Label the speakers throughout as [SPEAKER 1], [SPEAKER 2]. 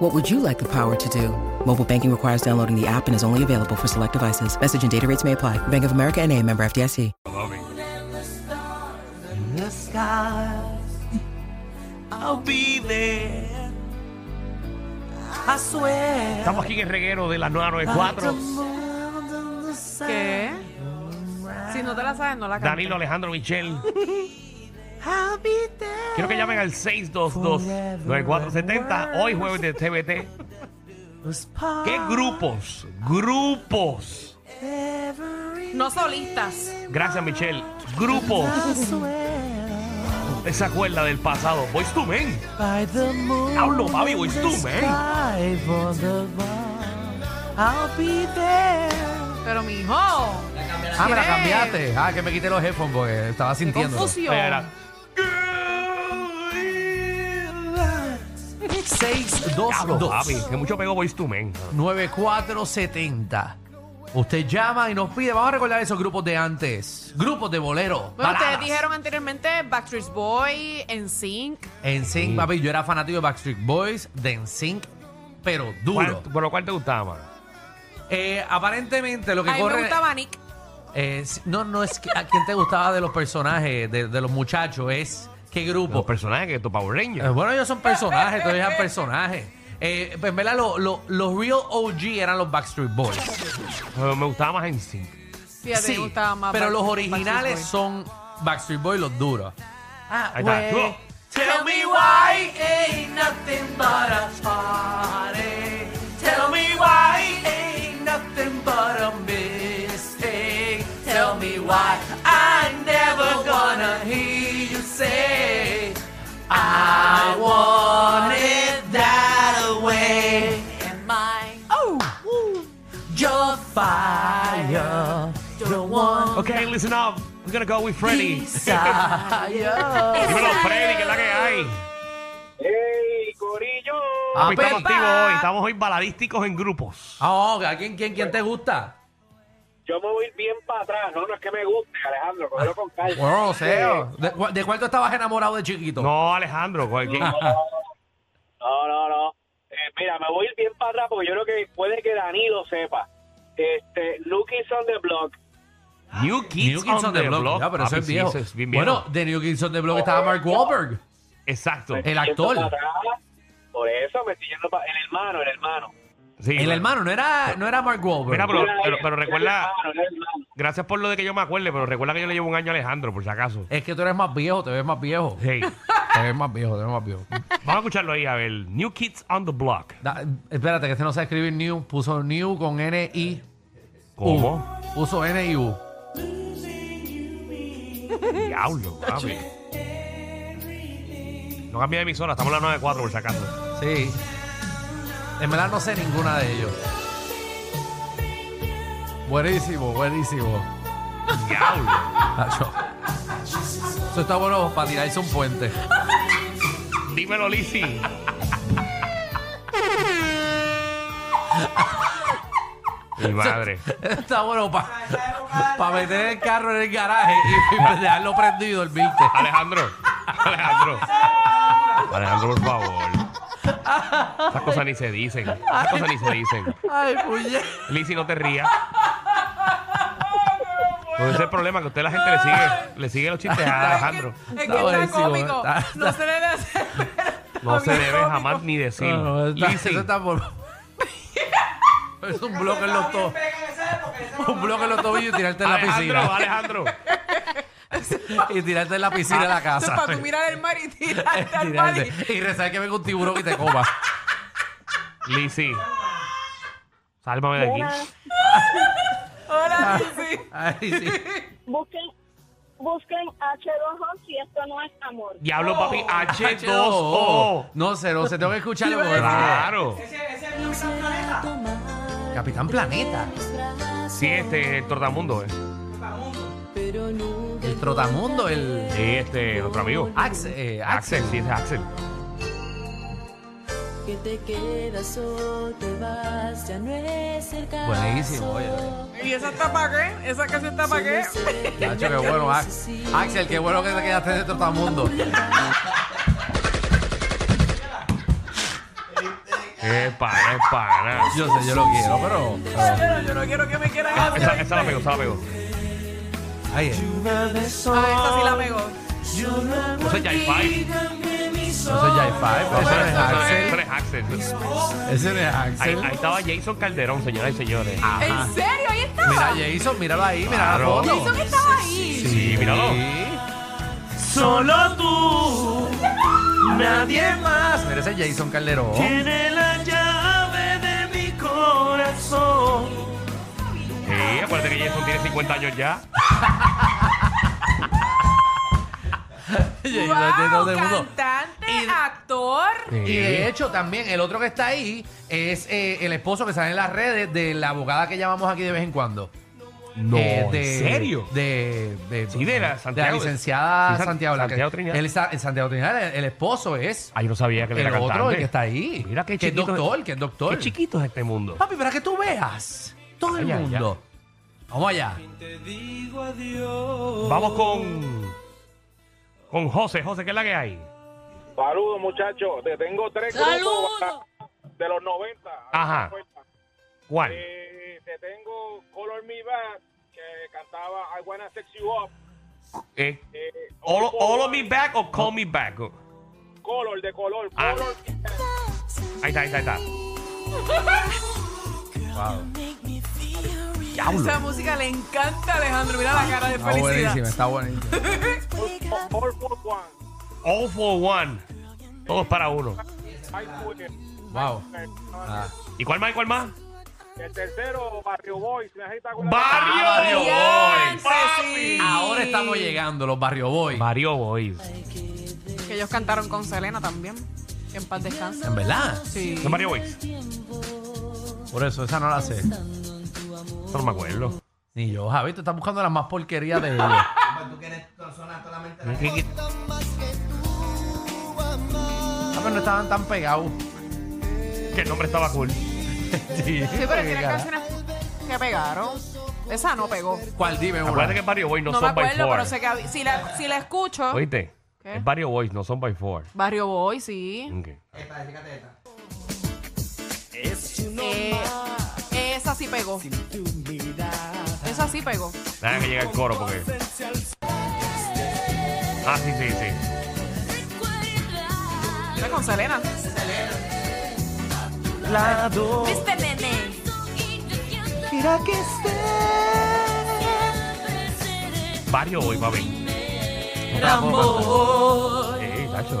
[SPEAKER 1] What would you like the power to do? Mobile banking requires downloading the app and is only available for select devices. Message and data rates may apply. Bank of America and a member FDIC.
[SPEAKER 2] the skies. I'll be there. I swear.
[SPEAKER 3] Estamos aquí en el reguero de la 994.
[SPEAKER 4] ¿Qué? Si no te la sabes, no la cantes.
[SPEAKER 3] Danilo Alejandro Michel.
[SPEAKER 2] I'll be there.
[SPEAKER 3] Quiero que llamen al 622-9470. Hoy jueves de TBT.
[SPEAKER 2] Was part
[SPEAKER 3] ¿Qué grupos? Grupos.
[SPEAKER 2] every
[SPEAKER 4] No solistas.
[SPEAKER 3] Gracias, Michelle. Grupos.
[SPEAKER 2] I swear.
[SPEAKER 3] Esa cuerda del pasado. Voice to Men.
[SPEAKER 2] By the moon.
[SPEAKER 3] Diablo, papi, voy
[SPEAKER 2] and
[SPEAKER 3] tú,
[SPEAKER 2] the
[SPEAKER 3] man.
[SPEAKER 2] sky for the one. I'll be there.
[SPEAKER 4] Pero mi hijo.
[SPEAKER 5] Ah, me la cambiaste. Ah, que me quité los headphones porque estaba sintiendo.
[SPEAKER 4] Confusión.
[SPEAKER 3] Oye, era-
[SPEAKER 5] 6,
[SPEAKER 3] Diablo, papi. Que mucho pegó Voice to Men.
[SPEAKER 5] 9470. Usted llama y nos pide. Vamos a recordar esos grupos de antes. Grupos de boleros.
[SPEAKER 4] Bueno, ustedes
[SPEAKER 5] baladas.
[SPEAKER 4] dijeron anteriormente Backstreet Boy, NSYNC.
[SPEAKER 5] En Sync, papi, yo era fanático de Backstreet Boys, de NSYNC, pero duro.
[SPEAKER 3] ¿Cuál- ¿Por lo cual te gustaba más?
[SPEAKER 5] Eh, aparentemente lo que
[SPEAKER 4] A mí me
[SPEAKER 5] corre.
[SPEAKER 4] gustaba Nick.
[SPEAKER 5] eh, si- no, no es que- a quien te gustaba de los personajes, de, de los muchachos, es qué grupo.
[SPEAKER 3] Los personajes que tu Power
[SPEAKER 5] Eh,
[SPEAKER 3] Rangers.
[SPEAKER 5] Bueno, ellos son personajes, todos eran personajes. Eh, pues, en verdad, lo- lo- los real OG eran los Backstreet Boys.
[SPEAKER 3] Pero Me gustaba más en sync.
[SPEAKER 4] Fíjate, me gustaba más.
[SPEAKER 5] pero
[SPEAKER 4] Back-
[SPEAKER 5] los
[SPEAKER 4] Backstreet
[SPEAKER 5] originales
[SPEAKER 4] Boy.
[SPEAKER 5] son Backstreet Boys los duros. Ah,
[SPEAKER 3] Ahí está.
[SPEAKER 5] güey.
[SPEAKER 2] Tell me why ain't nothing but a party. Tell me why ain't nothing but a mistake. Tell me why I never gonna hear you say I want it that way. And my oh, your fire, the one
[SPEAKER 3] Ok, listen up. We're gonna go with Freddy.
[SPEAKER 2] desire.
[SPEAKER 3] Dímelo, Freddy, que es la que hay.
[SPEAKER 6] ¡Ey, Corillo!
[SPEAKER 5] Ah,
[SPEAKER 3] Papi, estamos
[SPEAKER 5] pepa.
[SPEAKER 3] activos hoy. Estamos hoy baladísticos en grupos.
[SPEAKER 5] Ah, ok, ¿a quién, quién, quién te gusta?
[SPEAKER 6] Yo me voy a ir bien para atrás. No, no es que me guste, Alejandro, cógelo con calma. Eh,
[SPEAKER 5] Bueno, no sé. Eh, ¿De, cu- de cuál tú estabas enamorado de chiquito?
[SPEAKER 3] No, Alejandro. cualquier-
[SPEAKER 6] No, no, no. Eh, mira, me voy a ir bien para atrás porque yo creo que puede que Danilo sepa. Este, New Kids on the Block.
[SPEAKER 3] New Kids,
[SPEAKER 5] New Kids on the Block. Ya, pero eso
[SPEAKER 3] Papi,
[SPEAKER 5] es
[SPEAKER 3] sí,
[SPEAKER 5] viejo.
[SPEAKER 3] eso es bien viejo.
[SPEAKER 5] Bueno, de New Kids on the Block estaba Mark Wahlberg.
[SPEAKER 3] exacto.
[SPEAKER 5] El
[SPEAKER 6] Me estoy
[SPEAKER 5] actor.
[SPEAKER 6] yendo para atrás. Por eso me estoy yendo para... El hermano, el hermano.
[SPEAKER 3] Sí,
[SPEAKER 5] El
[SPEAKER 3] bueno.
[SPEAKER 5] hermano, no era, no era Mark Wahlberg.
[SPEAKER 3] Mira, pero,
[SPEAKER 6] Era
[SPEAKER 3] pero-
[SPEAKER 6] él,
[SPEAKER 3] pero
[SPEAKER 6] era
[SPEAKER 3] recuerda,
[SPEAKER 6] El hermano, era el hermano.
[SPEAKER 3] gracias por lo de que yo me acuerde, pero recuerda que yo le llevo un año a Alejandro, por si acaso.
[SPEAKER 5] Es que tú eres más viejo, te ves más viejo.
[SPEAKER 3] Hey,
[SPEAKER 5] Te ves más viejo, te ves más viejo.
[SPEAKER 3] vamos a escucharlo ahí, a ver. New Kids on the Block.
[SPEAKER 5] Da- espérate, que este no sabe escribir new. Puso new con N-I.
[SPEAKER 3] ¿Cómo?
[SPEAKER 5] U. Puso N-I-U.
[SPEAKER 3] Diablo, papi. No cambia de emisora, estamos en la 94, por si acaso.
[SPEAKER 5] Sí. En verdad no sé ninguna de ellos. Buenísimo, buenísimo.
[SPEAKER 3] Diablo.
[SPEAKER 5] Nacho. Eso está bueno para tirarse un puente.
[SPEAKER 3] Dímelo, Lizzy. Mi madre.
[SPEAKER 5] Está bueno para meter el carro en el garaje y, y dejarlo prendido y dormirte.
[SPEAKER 3] Alejandro, Alejandro. Alejandro, por favor. Esas cosas ni se dicen. Esas cosas ni se dicen.
[SPEAKER 5] Ay, puñet.
[SPEAKER 3] Lizzy, no te rías. Pues ese es el problema, que a usted la gente le sigue, le sigue los chistes a Alejandro.
[SPEAKER 4] Es que
[SPEAKER 5] Está
[SPEAKER 4] está
[SPEAKER 5] buenísimo,
[SPEAKER 4] cómico.
[SPEAKER 5] está- está-
[SPEAKER 4] No se le debe hacer.
[SPEAKER 3] No se debe jamás ni
[SPEAKER 5] No,
[SPEAKER 3] decirlo.
[SPEAKER 5] no, está-
[SPEAKER 3] Lizzy,
[SPEAKER 5] eso está por... es un bloque en los tobillos. Un bloque en los tobillos y tirarte en la
[SPEAKER 3] Alejandro,
[SPEAKER 5] piscina.
[SPEAKER 3] Alejandro.
[SPEAKER 5] Y tirarte en la piscina de la
[SPEAKER 4] Eso es
[SPEAKER 5] casa.
[SPEAKER 4] para tú mirar el mar y tirarte al mar.
[SPEAKER 5] Tirarte. Y rezar que venga un tiburón y te coma.
[SPEAKER 3] Lizzy. Sálvame de aquí.
[SPEAKER 4] Hola, sí.
[SPEAKER 5] Ay, sí.
[SPEAKER 7] Busquen, busquen H2O si esto no es amor.
[SPEAKER 3] Diablo,
[SPEAKER 5] Oh.
[SPEAKER 3] papi. H2O.
[SPEAKER 5] H2O. No sé, no sé, tengo que escucharlo. porque-
[SPEAKER 3] Claro.
[SPEAKER 5] Capitán Planeta.
[SPEAKER 3] Sí, este, el Tortamundo, eh.
[SPEAKER 5] El trotamundo, el.
[SPEAKER 3] Sí, este, otro amigo.
[SPEAKER 5] Axel. eh,
[SPEAKER 3] Axel,
[SPEAKER 5] Axel.
[SPEAKER 3] sí, ese es Axel.
[SPEAKER 8] que te quedas o te vas, ya no es el caso.
[SPEAKER 5] Buenísimo, oye.
[SPEAKER 4] ¿Y esa está para qué? ¿Esa canción está para qué?
[SPEAKER 5] Nacho, qué bueno, Axel. Axel, qué bueno que te quedaste de trotamundo.
[SPEAKER 3] Es pana, es pana.
[SPEAKER 5] Yo sé, yo lo quiero, pero.
[SPEAKER 4] Pero yo no quiero que me quieran así.
[SPEAKER 3] Esa, esa la pego, esa la pego.
[SPEAKER 5] Ahí es.
[SPEAKER 4] Ah, esa sí la pegó.
[SPEAKER 3] Eso es Jai Five.
[SPEAKER 5] Eso es Jai Five. Ese no es
[SPEAKER 3] Eso
[SPEAKER 5] Axel.
[SPEAKER 3] es Axel.
[SPEAKER 5] Ese no es
[SPEAKER 3] Ahí,
[SPEAKER 5] Axel.
[SPEAKER 3] ahí estaba Jason Calderón, señoras y señores.
[SPEAKER 5] Ah,
[SPEAKER 4] ¿En serio? Ahí
[SPEAKER 5] Mira,
[SPEAKER 4] estaba.
[SPEAKER 5] Jason, míralo ahí, mira la
[SPEAKER 3] Claro.
[SPEAKER 5] foto.
[SPEAKER 4] Jason estaba ahí.
[SPEAKER 3] Sí, míralo.
[SPEAKER 2] Solo tú, nadie más
[SPEAKER 5] Mira ese Jason Calderón.
[SPEAKER 2] tiene la llave de mi corazón.
[SPEAKER 3] Sí, acuérdate que Jason tiene 50 años ya.
[SPEAKER 5] Jason es de
[SPEAKER 4] Wow,
[SPEAKER 5] todo el mundo.
[SPEAKER 4] cantante,
[SPEAKER 5] Y-
[SPEAKER 4] actor.
[SPEAKER 5] Y de hecho, también el otro que está ahí es eh, el esposo que sale en las redes de la abogada que llamamos aquí de vez en cuando.
[SPEAKER 3] No,
[SPEAKER 5] Eh, de-
[SPEAKER 3] ¿en serio?
[SPEAKER 5] De, de,
[SPEAKER 3] Sí, de la Santiago.
[SPEAKER 5] licenciada
[SPEAKER 3] Sí, San-
[SPEAKER 5] Santiago. la que-
[SPEAKER 3] Santiago Trinidad.
[SPEAKER 5] El, sa- el Santiago Trinidad, el, el esposo es
[SPEAKER 3] Ah, yo no sabía que
[SPEAKER 5] el
[SPEAKER 3] le era
[SPEAKER 5] otro,
[SPEAKER 3] cantante.
[SPEAKER 5] el que está ahí.
[SPEAKER 3] Mira qué
[SPEAKER 5] que es
[SPEAKER 3] chiquito.
[SPEAKER 5] doctor, que es doctor.
[SPEAKER 3] Qué chiquito es este mundo.
[SPEAKER 5] Papi, para que tú veas todo el
[SPEAKER 3] Ay, ay,
[SPEAKER 5] mundo. Vamos allá.
[SPEAKER 3] Vamos con. Con José. José, ¿qué es la que hay?
[SPEAKER 6] Saludos, muchachos. Te tengo tres
[SPEAKER 8] Saludos.
[SPEAKER 6] grupos de los 90.
[SPEAKER 3] Ajá. ¿Cuál?
[SPEAKER 6] Eh, te tengo Color Me Bad, que cantaba I Wanna Sex You Up.
[SPEAKER 3] Eh,
[SPEAKER 6] Eh,
[SPEAKER 3] all, all of
[SPEAKER 6] Color,
[SPEAKER 3] me back o call me back?
[SPEAKER 6] Color, de color.
[SPEAKER 3] Ah.
[SPEAKER 6] Color.
[SPEAKER 3] Ahí está, ahí está, ahí está.
[SPEAKER 4] Esa música le encanta a Alejandro. Mira la cara de
[SPEAKER 5] Ah,
[SPEAKER 6] Ah,
[SPEAKER 5] Está
[SPEAKER 4] felicidad.
[SPEAKER 5] buenísimo, está buenísimo.
[SPEAKER 6] All for one.
[SPEAKER 3] All for one. Todos para uno.
[SPEAKER 6] I quit.
[SPEAKER 5] wow. Ah.
[SPEAKER 3] ¿Y cuál más? ¿Y cuál más?
[SPEAKER 6] El tercero, Barrio Boys. Me agita con la-
[SPEAKER 3] Barrio
[SPEAKER 5] Barrio
[SPEAKER 3] Boys.
[SPEAKER 4] Boys,
[SPEAKER 3] Papi.
[SPEAKER 4] sí.
[SPEAKER 5] Ahora estamos llegando, los Barrio Boys.
[SPEAKER 3] Barrio Boys.
[SPEAKER 4] Que ellos cantaron con Selena también. Que en paz descanse.
[SPEAKER 5] en verdad.
[SPEAKER 4] Sí.
[SPEAKER 3] ¿Son Barrio Boys?
[SPEAKER 5] Por eso, esa no la sé.
[SPEAKER 3] Eso no me acuerdo.
[SPEAKER 5] Ni yo, Javi, tú estás buscando las más porquerías de
[SPEAKER 3] ¿Qué- qué-
[SPEAKER 5] Ah, pero no estaban tan pegados.
[SPEAKER 3] Que el nombre estaba cool.
[SPEAKER 5] Sí,
[SPEAKER 4] Sí, pero tienen canciones que pegaron. Esa no pegó.
[SPEAKER 5] ¿Cuál? Dime una.
[SPEAKER 3] Acuérdate que es Barrio Boys no,
[SPEAKER 4] No me
[SPEAKER 3] son by
[SPEAKER 4] acuerdo,
[SPEAKER 3] four.
[SPEAKER 4] pero sé que hab- si la, si la escucho.
[SPEAKER 3] ¿Oíste?
[SPEAKER 4] ¿Qué?
[SPEAKER 3] Es Barrio Boys, no son by four.
[SPEAKER 4] Barrio Boy, sí.
[SPEAKER 3] Ok.
[SPEAKER 4] Eh, esa sí pegó. Esa sí pegó.
[SPEAKER 3] Nada que llega el coro porque. Ah, sí, sí, sí.
[SPEAKER 4] Está con Selena.
[SPEAKER 2] Lado.
[SPEAKER 8] Este nene.
[SPEAKER 2] Mira que este- esté.
[SPEAKER 3] Barrio Boys, papi. Eh, tacho.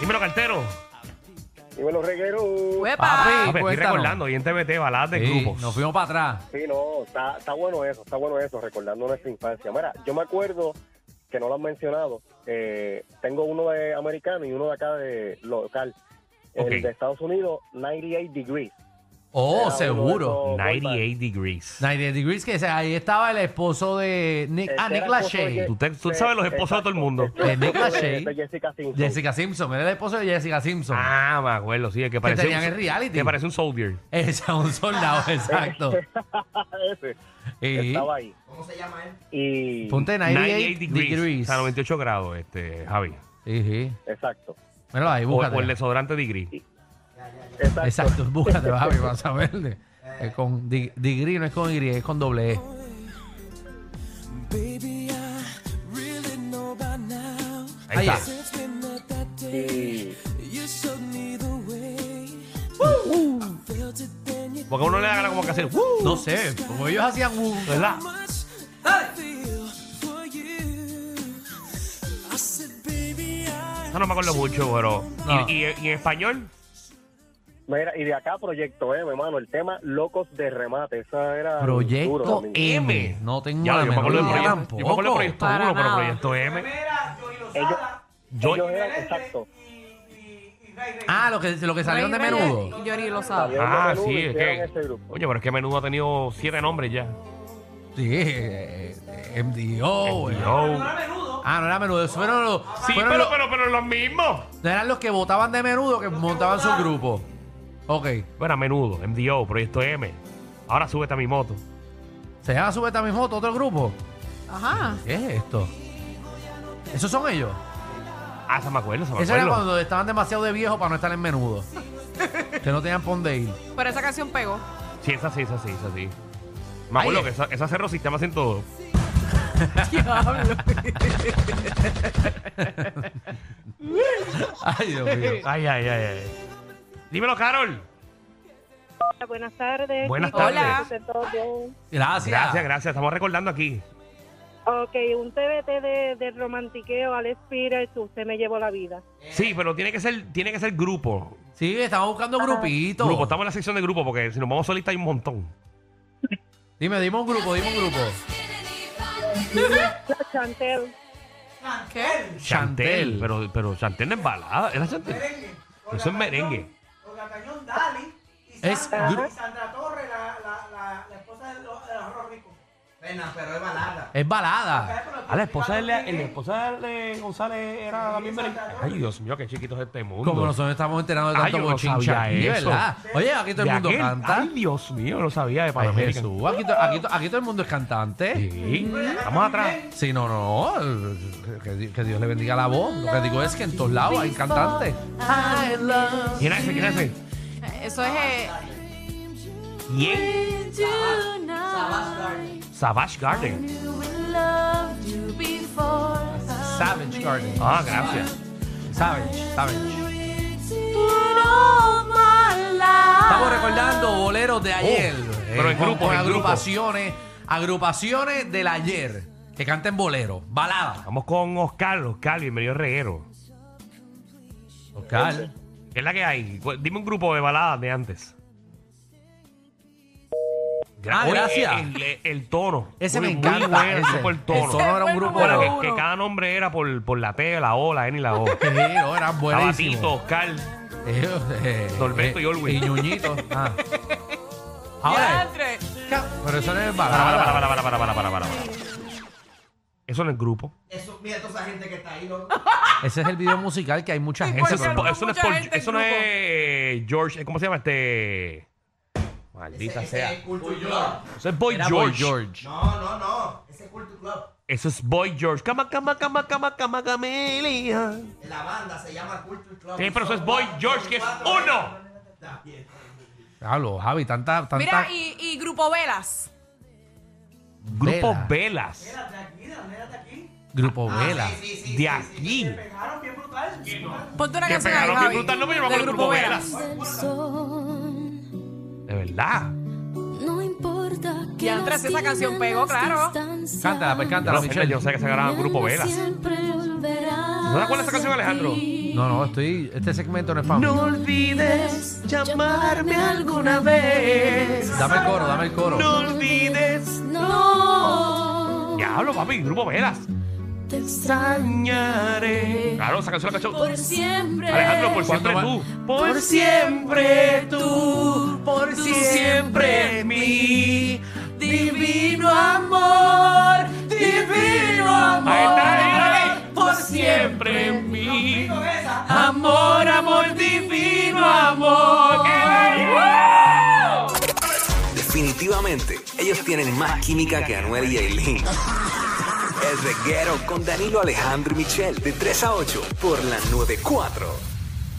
[SPEAKER 3] Dímelo, cartero.
[SPEAKER 6] Y me los reguero.
[SPEAKER 4] ¡Uepa!
[SPEAKER 3] Papi, estoy
[SPEAKER 5] cuéntanos.
[SPEAKER 3] recordando y en TVT baladas de
[SPEAKER 5] Sí,
[SPEAKER 3] grupos.
[SPEAKER 5] nos fuimos para atrás.
[SPEAKER 6] Sí, no, está, está bueno eso, está bueno eso, recordando nuestra infancia. Mira, yo me acuerdo que no lo han mencionado. eh, tengo uno de americano y uno de acá de local. El
[SPEAKER 3] Ok.
[SPEAKER 6] de Estados Unidos, 98 Degrees.
[SPEAKER 5] Oh,
[SPEAKER 6] Era uno de
[SPEAKER 5] seguro.
[SPEAKER 6] esos
[SPEAKER 3] 98 degrees.
[SPEAKER 5] 90 Degrees, que ese- ahí estaba el esposo de Nick,
[SPEAKER 6] Ese
[SPEAKER 5] ah,
[SPEAKER 6] Este era
[SPEAKER 5] Nick
[SPEAKER 6] el esposo
[SPEAKER 5] Lachey.
[SPEAKER 6] de- Este
[SPEAKER 3] Tú, te- tú sabes los esposos de todo el mundo.
[SPEAKER 5] Eh, Nick
[SPEAKER 6] golpes de-
[SPEAKER 5] Lachey.
[SPEAKER 6] de Jessica Simpson.
[SPEAKER 5] Jessica Simpson, era el esposo de Jessica Simpson.
[SPEAKER 3] Ah, me acuerdo, sí, el que parece.
[SPEAKER 5] tenían en reality.
[SPEAKER 3] Que parece un soldier.
[SPEAKER 5] Esa, un soldado, exacto.
[SPEAKER 6] Ah, Ese,
[SPEAKER 5] Y
[SPEAKER 6] estaba ahí. ¿Cómo se llama él? Y...
[SPEAKER 5] ponte 98 Degrees.
[SPEAKER 3] O sea, 98 grados, este, Javi.
[SPEAKER 5] Ujú.
[SPEAKER 6] Exacto.
[SPEAKER 5] Míralo ahí,
[SPEAKER 3] O, o el
[SPEAKER 5] búscate.
[SPEAKER 3] desodorante degree.
[SPEAKER 6] Exacto.
[SPEAKER 5] Exacto, búscate, Javi, vas a verle. Eh, con di- Degree no es con Y, es con doble E.
[SPEAKER 3] Ahí
[SPEAKER 5] Ahí
[SPEAKER 3] está.
[SPEAKER 5] es.
[SPEAKER 6] Y
[SPEAKER 3] Porque a uno le da ganas como que hacer. "Woo",
[SPEAKER 5] Uh. No sé, como ellos hacían uh, un...
[SPEAKER 3] ¿Verdad? Eso Ah, no me acuerdo mucho, pero.
[SPEAKER 5] No.
[SPEAKER 3] ¿Y, y- y en español?
[SPEAKER 6] mira, y de acá Proyecto M, hermano, el tema Locos de Remate. Esa era duro
[SPEAKER 5] Proyecto
[SPEAKER 6] también.
[SPEAKER 5] M. No tengo
[SPEAKER 3] Ya,
[SPEAKER 5] la
[SPEAKER 3] yo me acuerdo
[SPEAKER 5] menor
[SPEAKER 3] del
[SPEAKER 5] idea
[SPEAKER 3] proyecto. Yo me acuerdo del proyecto
[SPEAKER 5] tampoco.
[SPEAKER 4] Para
[SPEAKER 3] 1, pero
[SPEAKER 4] nada.
[SPEAKER 6] Ah,
[SPEAKER 3] proyecto M.
[SPEAKER 6] Ellos,
[SPEAKER 3] Yo,
[SPEAKER 6] ellos eran, exacto.
[SPEAKER 5] Ah, lo que, lo que salieron de
[SPEAKER 4] Rey Reyes
[SPEAKER 5] menudo.
[SPEAKER 4] Y Johnny lo sabe.
[SPEAKER 3] Ah,
[SPEAKER 6] Menudo
[SPEAKER 3] sí, es
[SPEAKER 6] hicieron
[SPEAKER 3] que.
[SPEAKER 6] este grupo.
[SPEAKER 3] Oye, pero es que menudo ha tenido siete nombres ya.
[SPEAKER 5] Sí, eh, eh, MDO. eh.
[SPEAKER 3] No.
[SPEAKER 5] Ah, no era menudo. eso Fueron los,
[SPEAKER 3] Sí,
[SPEAKER 5] fueron
[SPEAKER 3] pero,
[SPEAKER 5] los-
[SPEAKER 3] pero, pero los mismos.
[SPEAKER 5] no eran los que votaban de menudo que montaban su grupo. Ok.
[SPEAKER 3] Bueno, a menudo, MDO, Proyecto M. Ahora súbete a mi moto.
[SPEAKER 5] ¿Se llama Súbete a mi moto otro grupo?
[SPEAKER 4] Ajá.
[SPEAKER 5] ¿Qué es esto? ¿Esos son ellos?
[SPEAKER 3] Ah, se me acuerdo, se me
[SPEAKER 5] Eso era
[SPEAKER 3] acuerdo.
[SPEAKER 5] cuando estaban demasiado de viejo para no estar en menudo. que no tenían pon de ir.
[SPEAKER 4] Pero esa canción pegó.
[SPEAKER 3] Sí, es así, es así, es así. Me
[SPEAKER 5] Ahí
[SPEAKER 3] acuerdo
[SPEAKER 5] es.
[SPEAKER 3] que esa, esa cerró sistemas en todo.
[SPEAKER 4] Diablo.
[SPEAKER 5] Ay, Dios mío.
[SPEAKER 3] Ay, ay, ay, ay. Dímelo, Carol.
[SPEAKER 7] Buenas tardes.
[SPEAKER 3] Buenas
[SPEAKER 7] Chicos,
[SPEAKER 4] tardes.
[SPEAKER 7] espero que estén todos bien.
[SPEAKER 5] Gracias.
[SPEAKER 3] Gracias, gracias. Estamos recordando aquí.
[SPEAKER 7] Ok, un TBT de, de romantiqueo, Alex Pires, usted me llevó la vida.
[SPEAKER 5] Eh.
[SPEAKER 3] Sí, pero tiene que ser, tiene que ser grupo.
[SPEAKER 5] Sí, estamos buscando grupitos.
[SPEAKER 3] Grupo, estamos en la sección de grupo porque si nos vamos solistas hay un montón.
[SPEAKER 5] Dime, dime un grupo, dime un grupo.
[SPEAKER 7] Chantel,
[SPEAKER 3] Chantel, pero, pero Chantel no es balada, era Chantel. Eso es merengue.
[SPEAKER 2] Cañón Dali y
[SPEAKER 5] Es
[SPEAKER 2] Sandra,
[SPEAKER 5] gru-
[SPEAKER 2] y Sandra Torres, la, la, la, la esposa de los de los ricos. Pena, pero es balada.
[SPEAKER 5] Es balada.
[SPEAKER 3] Ah, la esposa de, la, la esposa de González era también merengue. Ay, Dios mío, qué chiquito es este mundo.
[SPEAKER 5] Como nosotros estamos enterando de
[SPEAKER 3] Ay,
[SPEAKER 5] tanto
[SPEAKER 3] yo no
[SPEAKER 5] bochincha
[SPEAKER 3] sabía
[SPEAKER 5] aquí,
[SPEAKER 3] eso.
[SPEAKER 5] ¿verdad? Oye, aquí todo
[SPEAKER 3] De
[SPEAKER 5] el este mundo
[SPEAKER 3] aquel-
[SPEAKER 5] canta.
[SPEAKER 3] Ay, Dios mío, no sabía de
[SPEAKER 5] Ay,
[SPEAKER 3] Panamérica.
[SPEAKER 5] Jesús, aquí, to- aquí to- aquí todo el mundo es cantante.
[SPEAKER 3] Sí, vamos atrás.
[SPEAKER 5] Sí, no, no. eh, Que, Di- que Dios le bendiga la voz. Lo que digo es que en todos lados hay cantantes.
[SPEAKER 8] I love
[SPEAKER 3] ¿Quién es ese? ¿Quién es ese?
[SPEAKER 4] Eso es. eh,
[SPEAKER 3] Ah, ¿Quién?
[SPEAKER 8] you now.
[SPEAKER 3] Savage Garden.
[SPEAKER 8] Knew we loved you before.
[SPEAKER 5] Savage Garden.
[SPEAKER 3] Ah, gracias.
[SPEAKER 5] Savage, Savage.
[SPEAKER 8] Put all my life.
[SPEAKER 5] Estamos recordando boleros de ayer.
[SPEAKER 3] Oh,
[SPEAKER 5] Eh,
[SPEAKER 3] pero en
[SPEAKER 5] con-
[SPEAKER 3] grupo,
[SPEAKER 5] con
[SPEAKER 3] en grupo.
[SPEAKER 5] agrupaciones, agrupaciones del ayer que canten boleros, baladas.
[SPEAKER 3] Vamos con Oscar, Oscar, bienvenido Reguero.
[SPEAKER 5] Oscar.
[SPEAKER 3] ¿Qué es la que hay? Cu- Dime un grupo de baladas de antes.
[SPEAKER 5] Ah,
[SPEAKER 3] Oye,
[SPEAKER 5] gracias.
[SPEAKER 3] El, el- el tono.
[SPEAKER 5] Ese
[SPEAKER 3] Muy-
[SPEAKER 5] me
[SPEAKER 3] muy
[SPEAKER 5] encanta.
[SPEAKER 3] bueno, el
[SPEAKER 5] ese.
[SPEAKER 3] grupo El tono.
[SPEAKER 5] era un grupo.
[SPEAKER 3] Bueno,
[SPEAKER 5] Sí,
[SPEAKER 3] que, que cada nombre era por, por la T, la O, la N y la O.
[SPEAKER 5] no, eran
[SPEAKER 3] Estaba Tito,
[SPEAKER 5] buenísimos.
[SPEAKER 3] Oscar.
[SPEAKER 5] Eh, eh,
[SPEAKER 3] Norberto y
[SPEAKER 5] eh,
[SPEAKER 3] Olwin.
[SPEAKER 5] Y Ñuñito. Ah. Ahora,
[SPEAKER 4] diantre.
[SPEAKER 5] ca- pero eso no es
[SPEAKER 3] Para, para, para,
[SPEAKER 5] balada.
[SPEAKER 3] para, para, para, para, para. Eso no es grupo.
[SPEAKER 2] Eso, mira toda esa gente que está ahí, loco.
[SPEAKER 5] Ese es el video musical que hay mucha
[SPEAKER 4] Sí,
[SPEAKER 5] gente.
[SPEAKER 4] pues,
[SPEAKER 3] Eso no es,
[SPEAKER 4] Porque
[SPEAKER 3] eso no es
[SPEAKER 4] mucha
[SPEAKER 3] por-
[SPEAKER 4] gente en
[SPEAKER 3] eso no
[SPEAKER 4] grupo.
[SPEAKER 3] es George. eh, ¿Cómo se llama este? Maldita sea.
[SPEAKER 2] Ese Culture Club.
[SPEAKER 3] Eso es Boy
[SPEAKER 5] Era
[SPEAKER 3] George.
[SPEAKER 5] Boy George.
[SPEAKER 2] No, no, no. Ese Culture Club.
[SPEAKER 3] Eso es Boy George. Cama, cama, cama, cama, cama, camelia.
[SPEAKER 2] La banda se llama Culture Club.
[SPEAKER 3] Sí, pero eso es
[SPEAKER 2] Son
[SPEAKER 3] Boy
[SPEAKER 2] cuatro,
[SPEAKER 3] George,
[SPEAKER 2] son
[SPEAKER 3] que es
[SPEAKER 2] cuatro.
[SPEAKER 3] uno.
[SPEAKER 2] Está bien.
[SPEAKER 5] Hablo, Javi, tanta. tanta
[SPEAKER 4] Mira, y, y Grupo Velas.
[SPEAKER 3] Grupo
[SPEAKER 5] Vela.
[SPEAKER 3] Velas.
[SPEAKER 5] Grupo
[SPEAKER 4] Ah,
[SPEAKER 5] Vela.
[SPEAKER 3] De aquí.
[SPEAKER 4] Ponte una
[SPEAKER 3] Que
[SPEAKER 4] canción ahí,
[SPEAKER 3] pegaron bien
[SPEAKER 4] Javi.
[SPEAKER 3] brutal. No me llamo
[SPEAKER 4] de
[SPEAKER 3] el Grupo Velas.
[SPEAKER 9] del sol.
[SPEAKER 3] De verdad.
[SPEAKER 9] No importa que
[SPEAKER 4] Diantre, si esa canción pegó, claro.
[SPEAKER 5] Cántala, pues
[SPEAKER 3] Yo
[SPEAKER 5] cántala,
[SPEAKER 3] no, sé,
[SPEAKER 5] Michelle.
[SPEAKER 3] yo no sé que se agarraban Grupo Velas. ¿No te acuerdas de esa canción, Alejandro?
[SPEAKER 5] No, no, estoy. Este segmento no es para mí.
[SPEAKER 9] olvides llamarme alguna vez.
[SPEAKER 5] Dame el coro, dame el coro.
[SPEAKER 3] olvides.
[SPEAKER 9] No,
[SPEAKER 3] Diablo, papi, Grupo Velas.
[SPEAKER 9] te extrañaré
[SPEAKER 3] Claro, esa canción la cachó.
[SPEAKER 9] por siempre.
[SPEAKER 3] Alejandro, por siempre
[SPEAKER 5] ¿Cuánto
[SPEAKER 3] tú.
[SPEAKER 5] más?
[SPEAKER 9] Por siempre tú,
[SPEAKER 5] por
[SPEAKER 9] tú siempre
[SPEAKER 5] mí.
[SPEAKER 9] divino amor, divino
[SPEAKER 3] Ahí está,
[SPEAKER 9] amor,
[SPEAKER 3] dígale.
[SPEAKER 9] por siempre
[SPEAKER 3] en mí.
[SPEAKER 9] Amor, amor divino, amor.
[SPEAKER 10] Definitivamente, ellos tienen más química que Anuel y Aileen. El reguero con Danilo Alejandro y Michel de 3 a 8 por la 94.